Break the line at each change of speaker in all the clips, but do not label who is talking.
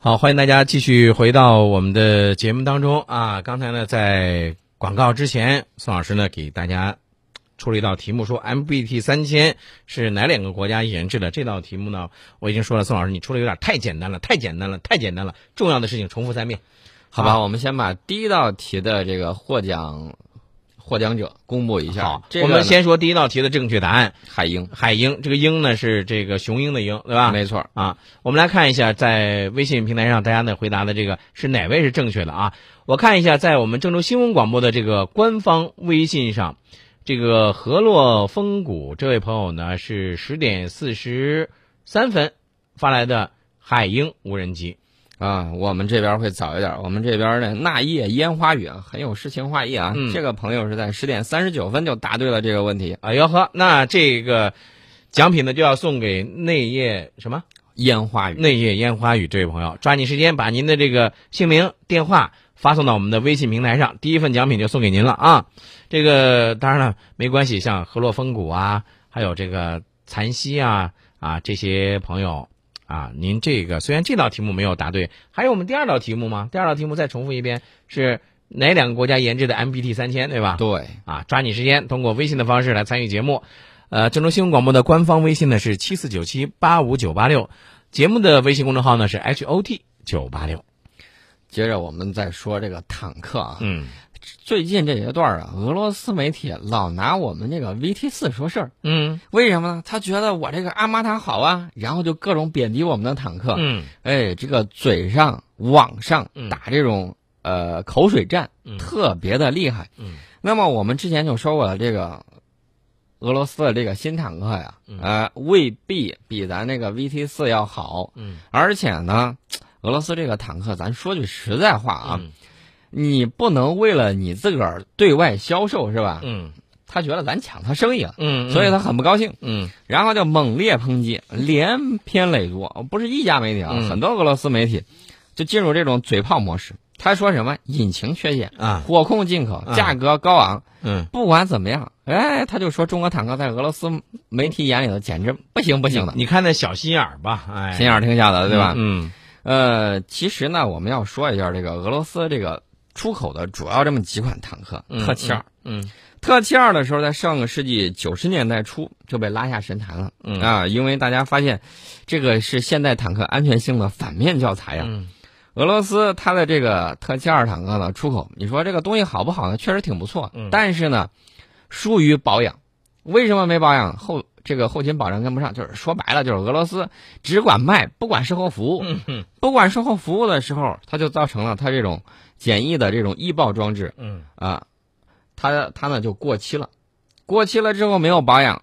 好，欢迎大家继续回到我们的节目当中啊！刚才呢，在广告之前，宋老师呢给大家出了一道题目，说 MBT 三千是哪两个国家研制的？这道题目呢，我已经说了，宋老师你出的有点太简单了，太简单了，太简单了。重要的事情重复三遍。
好吧，我们先把第一道题的这个获奖获奖者公布一下。
好，
这个
我
呢
们先说第一道题的正确答案：
海鹰，
海鹰。这个鹰呢是这个雄鹰的鹰，对吧？
没错儿，
啊，我们来看一下在微信平台上大家呢回答的这个是哪位是正确的啊？我看一下在我们郑州新闻广播的这个官方微信上，这个河洛风谷这位朋友呢是十点四十三分发来的海鹰无人机。
啊，我们这边会早一点。我们这边呢，那夜烟花雨啊，很有诗情画意啊。
嗯
这个朋友是在十点三十九分就答对了这个问题，
哎呦呵，那这个奖品呢就要送给内业什么？
烟花雨。
内夜烟花雨这位朋友，抓紧时间把您的这个姓名、电话发送到我们的微信平台上，第一份奖品就送给您了啊！这个当然了，没关系，像河洛风谷啊，还有这个残溪啊啊这些朋友啊，您这个虽然这道题目没有答对，还有我们第二道题目吗？第二道题目再重复一遍，是哪两个国家研制的 MBT 三千，对吧？
对，
啊，抓紧时间通过微信的方式来参与节目。呃，郑州新闻广播的官方微信呢是七四九七八五九八六，节目的微信公众号呢是 H O T 九八六。
接着我们再说这个坦克啊。
嗯
最近这一段啊，俄罗斯媒体老拿我们这个 VT 四说事儿，
嗯
为什么呢？他觉得我这个阿玛塔好啊，然后就各种贬低我们的坦克。
嗯
哎，这个嘴上、网上
嗯
打这种、呃口水战，
嗯
特别的厉害。
嗯
那么我们之前就说过了，这个俄罗斯的这个新坦克呀，
嗯
呃，未必比咱那个 VT 四要好，
嗯
而且呢，俄罗斯这个坦克，咱说句实在话啊，
嗯
你不能为了你自个儿对外销售是吧？
嗯
他觉得咱抢他生意了，
嗯，
所以他很不高兴。
嗯
然后就猛烈抨击，连篇累牍，不是一家媒体啊，
嗯
很多俄罗斯媒体就进入这种嘴炮模式。他说什么引擎缺陷、
啊
火控进口、
啊
价格高昂，
嗯
不管怎么样，哎，他就说中国坦克在俄罗斯媒体眼里头简直不行不行的，
你看那小心眼儿吧，哎，
心眼儿挺小的，对吧？
嗯
呃，其实呢，我们要说一下这个俄罗斯这个出口的主要这么几款坦克，
嗯
特七二。
嗯
特七二的时候，在上个世纪九十年代初就被拉下神坛了、
嗯
啊，因为大家发现，这个是现代坦克安全性的反面教哎材呀。啊
嗯
俄罗斯它的这个特七二坦克呢，出口，你说这个东西好不好呢？确实挺不错，
嗯
但是呢，疏于保养。为什么没保养？后这个后勤保障跟不上，就是说白了，就是俄罗斯只管卖，不管售后服务。
嗯嗯
不管售后服务的时候，它就造成了它这种简易的这种易爆装置
嗯
啊，它它呢就过期了，过期了之后没有保养，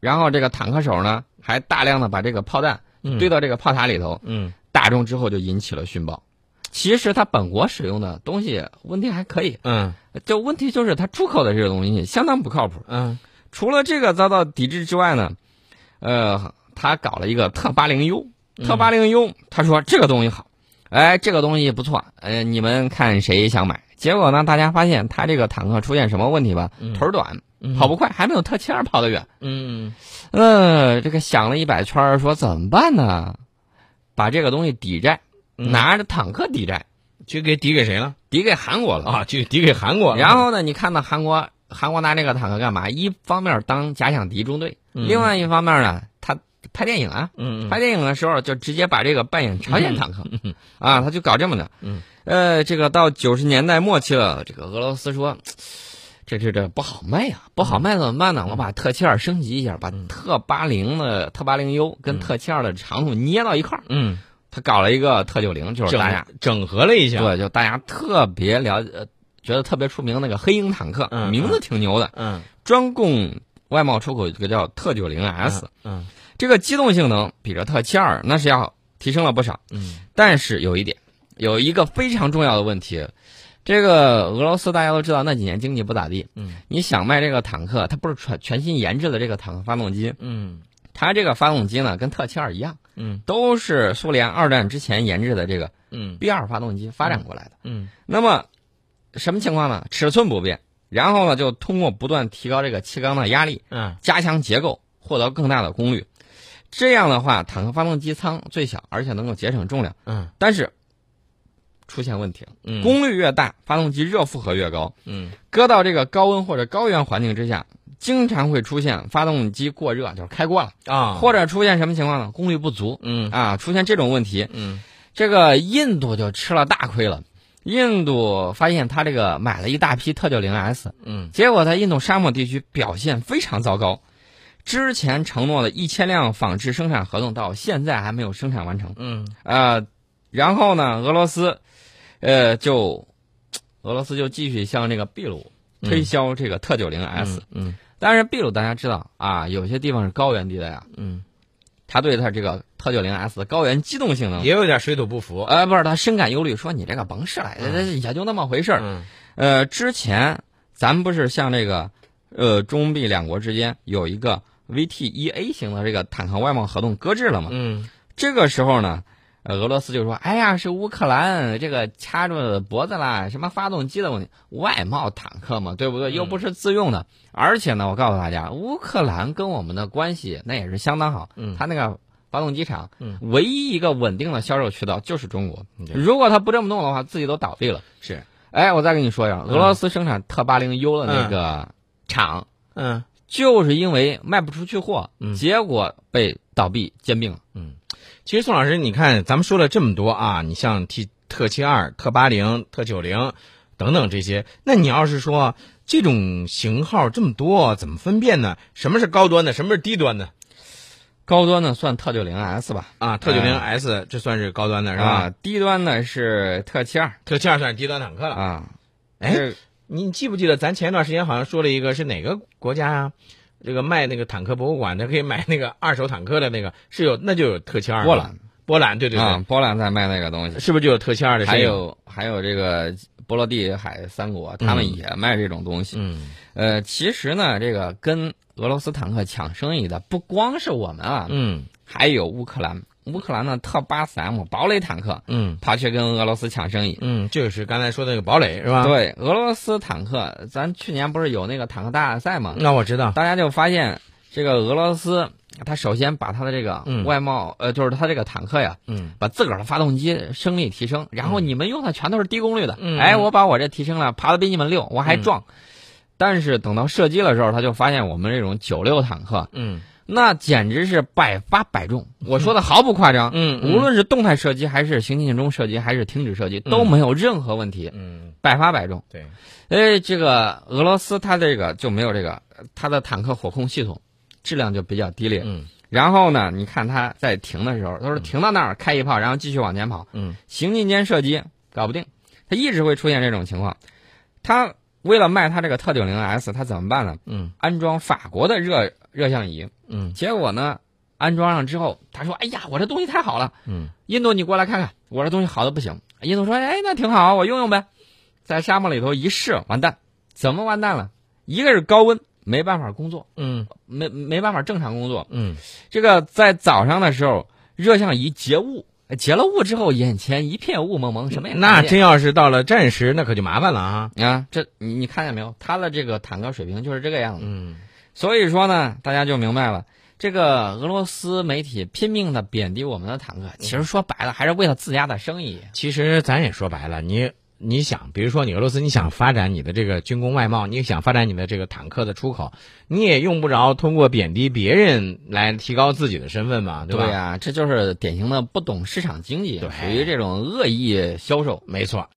然后这个坦克手呢还大量的把这个炮弹
嗯
堆到这个炮塔里头，
嗯
打中之后就引起了殉爆。其实它本国使用的东西问题还可以，
嗯
就问题就是它出口的这个东西相当不靠谱。
嗯
除了这个遭到抵制之外呢，呃，他搞了一个特八零 U，特八零 U，他说这个东西好，哎，这个东西不错，呃，你们看谁想买？结果呢，大家发现他这个坦克出现什么问题吧？腿儿短，跑不快，还没有特七二跑得远。
嗯
呃，这个想了一百圈儿，说怎么办呢？把这个东西抵债，
嗯
拿着坦克抵债，
去给抵给谁了
抵给韩国了。
啊？去抵给韩国了。
然后呢，你看到韩国，韩国拿这个坦克干嘛？一方面当假想敌中队，
嗯
另外一方面呢，他拍电影啊，
嗯
拍电影的时候就直接把这个扮演朝鲜坦克，啊，他就搞这么的。
嗯，
呃，这个到九十年代末期了，这个俄罗斯说。这这这不好
嗯
卖呀、不好卖怎么办呢？我把特七二升级一下，把特八零的特八零 U 跟特七二的长度捏到一块儿，
嗯
他搞了一个特九零，就是大家
整整合了一下。
对，就大家特别了解，呃觉得特别出名那个黑鹰坦克，
嗯
名字挺牛的，
嗯
专供外贸出口，这个叫特九零 S，、
嗯
这个机动性能比着特七二那是要提升了不少，
嗯
但是有一点，有一个非常重要的问题。这个俄罗斯大家都知道，那几年经济不咋地。
嗯
你想卖这个坦克，它不是全全新研制的这个坦克发动机，
嗯
它这个发动机呢跟特七二一样，
嗯
都是苏联二战之前研制的这个
嗯
B 二发动机发展过来的。
嗯
那么什么情况呢？尺寸不变，然后呢就通过不断提高这个气缸的压力，
嗯
加强结构，获得更大的功率。这样的话，坦克发动机舱最小，而且能够节省重量。
嗯
但是出现问题了，
嗯
功率越大，发动机热负荷越高，
嗯
搁到这个高温或者高原环境之下，经常会出现发动机过热，就是开过了，
啊
或者出现什么情况呢？功率不足
嗯
啊，出现这种问题，
嗯
这个印度就吃了大亏了。印度发现他这个买了一大批特九零 S，
嗯
结果在印度沙漠地区表现非常糟糕。之前承诺的一千辆仿制生产合同到现在还没有生产完成。
嗯
呃，然后呢，俄罗斯，呃，就俄罗斯就继续向这个秘鲁推销这个特九零 S，、
嗯
但是秘鲁大家知道啊，有些地方是高原地带啊，
嗯，
他对他这个特九零 S 的高原机动性能，
也有点水土不服。
呃，不是他深感忧虑，说你这个甭试了，这这也就那么回事儿。
嗯
呃，之前咱们不是像这个，呃，中秘两国之间有一个 VT1A 型的这个坦克外贸合同搁置了嘛？
嗯
这个时候呢，呃，俄罗斯就说：“哎呀，是乌克兰这个掐住脖子啦，什么发动机的问题，外贸坦克嘛，对不对？
嗯
又不是自用的。而且呢，我告诉大家，乌克兰跟我们的关系那也是相当好，
嗯
他那个发动机厂，
嗯
唯一一个稳定的销售渠道就是中国。
对
如果他不这么弄的话，自己都倒闭了。
是
哎，我再跟你说一下，俄罗斯生产特八零 U 的那
嗯
个厂，
嗯
就是因为卖不出去货，
嗯
结果被倒闭兼并了。
其实宋老师，你看咱们说了这么多啊，你像 T 特七二、特八零、特九零等等这些，那你要是说这种型号这么多，怎么分辨呢？什么是高端的，什么是低端的
高端呢算特九零 S 吧，
啊？特九零
嗯
S 这算是高端的是吧？
啊，低端呢是特七二
特七二算是低端坦克了。
啊。
哎
这
你记不记得咱前一段时间好像说了一个是哪个国家啊？这个卖那个坦克博物馆，他可以买那个二手坦克的那个，是有那就有特七二。
波兰，
波兰，对对对，
啊，波兰在卖那个东西，
是不是就有特七二的身
还
影？
有还有这个波罗的海三国，他们
嗯
也卖这种东西。
嗯
呃，其实呢，这个跟俄罗斯坦克抢生意的不光是我们啊，
嗯
还有乌克兰。乌克兰的特八三 M 堡垒坦克
嗯
跑去跟俄罗斯抢生意。
嗯，就是刚才说的那个堡垒是吧？，
对，俄罗斯坦克，咱去年不是有那个坦克大赛嘛？
那我知道。
大家就发现这个俄罗斯，它首先把它的这个
嗯
外贸，呃，就是它这个坦克呀，
嗯
把自个儿的发动机升力提升，然后你们用的全都是低功率的，
嗯
哎，我把我这提升了，爬的比你们溜，我还
嗯
壮。但是等到射击的时候，他就发现我们这种九六坦克，
嗯
那简直是百发百中。我说的毫不夸张，
嗯
无论是动态射击，还是行进中射击，还是停止射击，都
嗯
没有任何问题，
嗯
百发百中。
对，
哎，这个俄罗斯它这个就没有这个，它的坦克火控系统质量就比较低劣。
嗯
然后呢，你看它在停的时候，都是停到那儿开一炮，然后继续往前跑，
嗯
行进间射击搞不定，它一直会出现这种情况。它为了卖它这个特九零 S，它怎么办呢？
嗯
安装法国的热热像仪，
嗯
结果呢，安装上之后，他说：“哎呀，我这东西太好了，
嗯
印度你过来看看，我这东西好的不行。”印度说：“哎，那挺好，我用用呗。”在沙漠里头一试，完蛋，怎么完蛋了？一个是高温，没办法工作，
嗯
没没办法正常工作。
嗯
这个在早上的时候，热像仪结雾，结了雾之后，眼前一片雾蒙蒙，什么也看不
那
见
真要是到了战时，那可就麻烦了啊。
啊，这你你看见没有？他的这个坦克水平就是这个样子。
嗯
所以说呢，大家就明白了，这个俄罗斯媒体拼命的贬低我们的坦克，其实说白了还是为了自家的生意。
其实咱也说白了，你你想，比如说你俄罗斯，你想发展你的这个军工外贸，你想发展你的这个坦克的出口，你也用不着通过贬低别人来提高自己的身份嘛，吧？
呀、这就是典型的不懂市场经济，
对
属于这种恶意销售。
没错。